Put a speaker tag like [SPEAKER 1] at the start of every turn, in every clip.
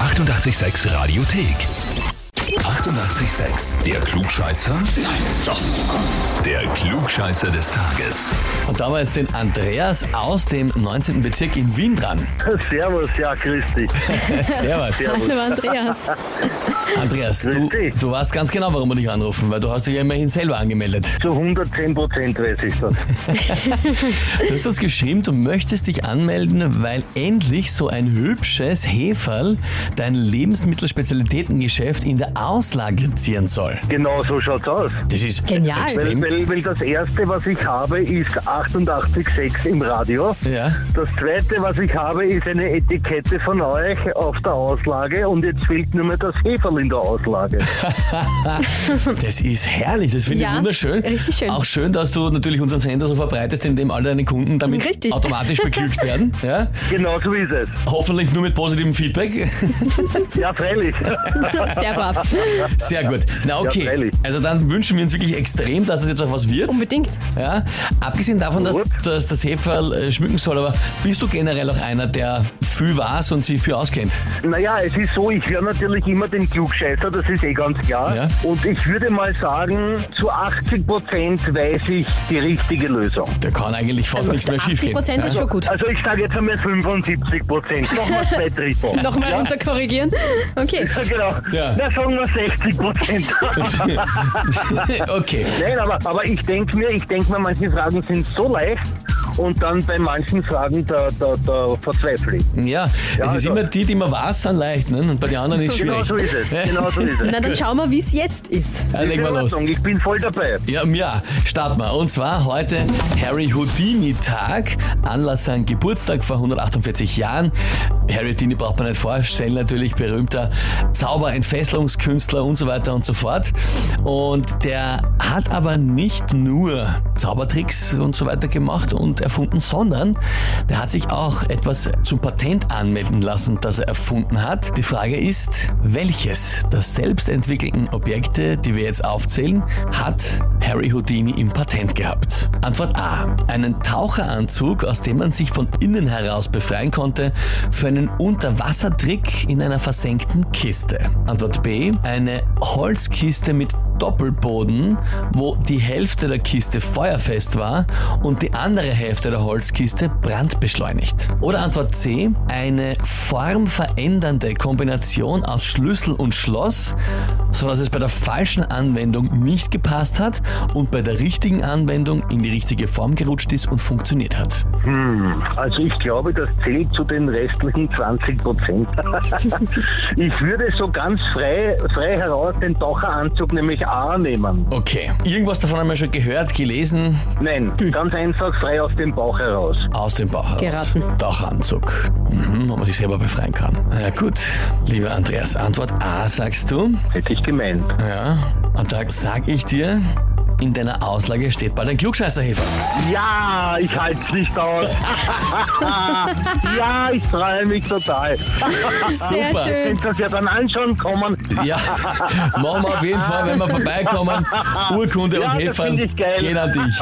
[SPEAKER 1] 886 Radiothek. 88,6. Der Klugscheißer? Nein, doch. Der Klugscheißer des Tages.
[SPEAKER 2] Und da haben wir jetzt den Andreas aus dem 19. Bezirk in Wien dran.
[SPEAKER 3] Servus, ja, grüß dich.
[SPEAKER 2] Servus.
[SPEAKER 3] Servus.
[SPEAKER 4] Hallo Andreas.
[SPEAKER 2] Andreas, du,
[SPEAKER 3] Grüß dich.
[SPEAKER 2] du weißt ganz genau, warum wir dich anrufen, weil du hast dich ja immerhin selber angemeldet.
[SPEAKER 3] Zu 110 Prozent weiß ich das.
[SPEAKER 2] Du hast uns geschrieben, du möchtest dich anmelden, weil endlich so ein hübsches Heferl dein Lebensmittelspezialitätengeschäft in der Auslage ziehen soll.
[SPEAKER 3] Genau so schaut's aus.
[SPEAKER 2] Das ist
[SPEAKER 4] Genial.
[SPEAKER 3] Weil,
[SPEAKER 2] extrem.
[SPEAKER 3] weil, weil das erste, was ich habe, ist 88,6 im Radio.
[SPEAKER 2] Ja.
[SPEAKER 3] Das zweite, was ich habe, ist eine Etikette von euch auf der Auslage und jetzt fehlt nur mehr das Heferl in der Auslage.
[SPEAKER 2] Das ist herrlich, das finde ich
[SPEAKER 4] Ja,
[SPEAKER 2] wunderschön.
[SPEAKER 4] richtig schön.
[SPEAKER 2] Auch schön, dass du natürlich unseren Sender so verbreitest, in dem alle deine Kunden damit
[SPEAKER 4] Richtig.
[SPEAKER 2] automatisch beglückt werden. Ja?
[SPEAKER 3] genau so ist es.
[SPEAKER 2] Hoffentlich nur mit positivem Feedback.
[SPEAKER 3] Ja, freilich.
[SPEAKER 4] Sehr brav.
[SPEAKER 2] Sehr gut. Na
[SPEAKER 3] Ja,
[SPEAKER 2] okay,
[SPEAKER 3] freilich.
[SPEAKER 2] also dann wünschen wir uns wirklich extrem, dass es jetzt auch was wird.
[SPEAKER 4] Unbedingt.
[SPEAKER 2] Ja? Abgesehen davon, dass,
[SPEAKER 3] Gut.
[SPEAKER 2] dass das Heferl äh, schmücken soll, aber bist du generell auch einer, der viel weiß und sich viel auskennt?
[SPEAKER 3] Naja, es ist so, ich höre natürlich immer den Klugscheißer, das ist eh ganz klar.
[SPEAKER 2] Ja.
[SPEAKER 3] Und ich würde mal sagen, zu 80 Prozent weiß ich die richtige Lösung.
[SPEAKER 2] Da kann eigentlich fast nichts mehr
[SPEAKER 4] 80
[SPEAKER 2] schiefgehen.
[SPEAKER 4] Also Prozent ist schon gut.
[SPEAKER 3] Also ich sage jetzt einmal 75 Prozent. Nochmal zwei Drittel.
[SPEAKER 4] Nochmal
[SPEAKER 3] ja?
[SPEAKER 4] runterkorrigieren. Okay.
[SPEAKER 3] Ja, genau.
[SPEAKER 2] Ja.
[SPEAKER 3] Na, sagen wir 60 Prozent.
[SPEAKER 2] okay.
[SPEAKER 3] Nein, aber, aber ich denke mir, ich denke mir, manche Fragen sind so leicht und dann bei manchen Fragen da, da, da verzweifle ich.
[SPEAKER 2] Ja,
[SPEAKER 3] Ja,
[SPEAKER 2] es ist
[SPEAKER 3] also-
[SPEAKER 2] immer die, die man weiß, sind leicht, ne? und bei den anderen ist
[SPEAKER 3] Genau
[SPEAKER 2] schwierig.
[SPEAKER 3] so ist es. Genau so ist es.
[SPEAKER 4] Na, dann schauen wir, wie es jetzt ist.
[SPEAKER 2] Ja,
[SPEAKER 3] Ist
[SPEAKER 2] legen
[SPEAKER 3] in
[SPEAKER 2] wir los.
[SPEAKER 3] Ordnung, Ich bin voll dabei.
[SPEAKER 2] Ja, ja, starten wir. Und zwar heute Harry Houdini-Tag. Anlass sein Geburtstag vor 148 Jahren. Harry Houdini braucht man nicht vorstellen, natürlich berühmter Zauberentfesselungskünstler und so weiter und so fort. Und der hat aber nicht nur Zaubertricks und so weiter gemacht und erfunden, sondern der hat sich auch etwas zum Patent anmelden lassen, das er erfunden hat. Die Frage ist, welches der selbst entwickelten Objekte, die wir jetzt aufzählen, hat Harry Houdini im Patent gehabt? Antwort A. Einen Taucheranzug, aus dem man sich von innen heraus befreien konnte, für einen Unterwassertrick in einer versenkten Kiste. Antwort B. Eine Holzkiste mit Doppelboden, wo die Hälfte der Kiste feuerfest war und die andere Hälfte der Holzkiste brandbeschleunigt. Oder Antwort C, eine formverändernde Kombination aus Schlüssel und Schloss, sodass es bei der falschen Anwendung nicht gepasst hat und bei der richtigen Anwendung in die richtige Form gerutscht ist und funktioniert hat.
[SPEAKER 3] Hm, also ich glaube, das zählt zu den restlichen 20 Prozent. ich würde so ganz frei, frei heraus den Taucheranzug nämlich A nehmen.
[SPEAKER 2] Okay, irgendwas davon haben wir schon gehört, gelesen,
[SPEAKER 3] Nein,
[SPEAKER 2] Hm.
[SPEAKER 3] ganz einfach frei aus dem Bauch heraus.
[SPEAKER 2] Aus dem Bauch heraus.
[SPEAKER 4] Genau. Geraten.
[SPEAKER 2] Dachanzug. Mhm, wo man sich selber befreien kann. Na gut, lieber Andreas, Antwort A sagst du.
[SPEAKER 3] Hätte ich gemeint.
[SPEAKER 2] Ja. Und da sag ich dir, in deiner Auslage steht bald ein Klugscheißerhefer.
[SPEAKER 3] Ja, ich halte es nicht aus. ja, ich freue mich total.
[SPEAKER 4] Sehr
[SPEAKER 2] Super.
[SPEAKER 4] schön.
[SPEAKER 3] Könnt das ja dann anschauen kommen.
[SPEAKER 2] Ja, machen wir auf jeden Fall, wenn wir vorbeikommen. Urkunde
[SPEAKER 3] Ja,
[SPEAKER 2] und
[SPEAKER 3] das
[SPEAKER 2] Heferl
[SPEAKER 3] find ich geil.
[SPEAKER 2] gehen an dich.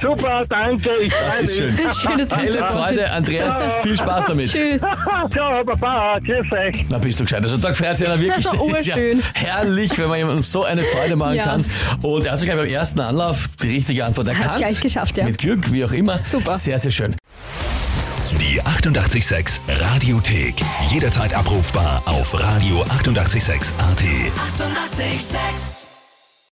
[SPEAKER 3] Super, danke. Ich
[SPEAKER 2] Das
[SPEAKER 3] freue mich.
[SPEAKER 2] ist schön.
[SPEAKER 4] Schön, dass du
[SPEAKER 2] Helle
[SPEAKER 4] da
[SPEAKER 2] Freude, Andreas, viel Spaß damit.
[SPEAKER 4] bist. Tschüss.
[SPEAKER 3] Ciao, Baba. Grüß euch.
[SPEAKER 2] Na, bist du gescheit. Also, Tag freut sich einer wirklich.
[SPEAKER 4] Das ist
[SPEAKER 2] Das ist
[SPEAKER 4] urschön.
[SPEAKER 2] herrlich, wenn man jemandem so eine Freude machen
[SPEAKER 4] Ja.
[SPEAKER 2] kann. Und also, er hat sich gleich beim ersten Anlauf die richtige Antwort erkannt.
[SPEAKER 4] gleich geschafft, ja.
[SPEAKER 2] Mit Glück, wie auch immer.
[SPEAKER 4] Super.
[SPEAKER 2] Sehr, sehr schön.
[SPEAKER 1] Die 88,6 Radiothek. Jederzeit abrufbar auf radio886.at. 88,6.
[SPEAKER 5] Eighty-eight, sex.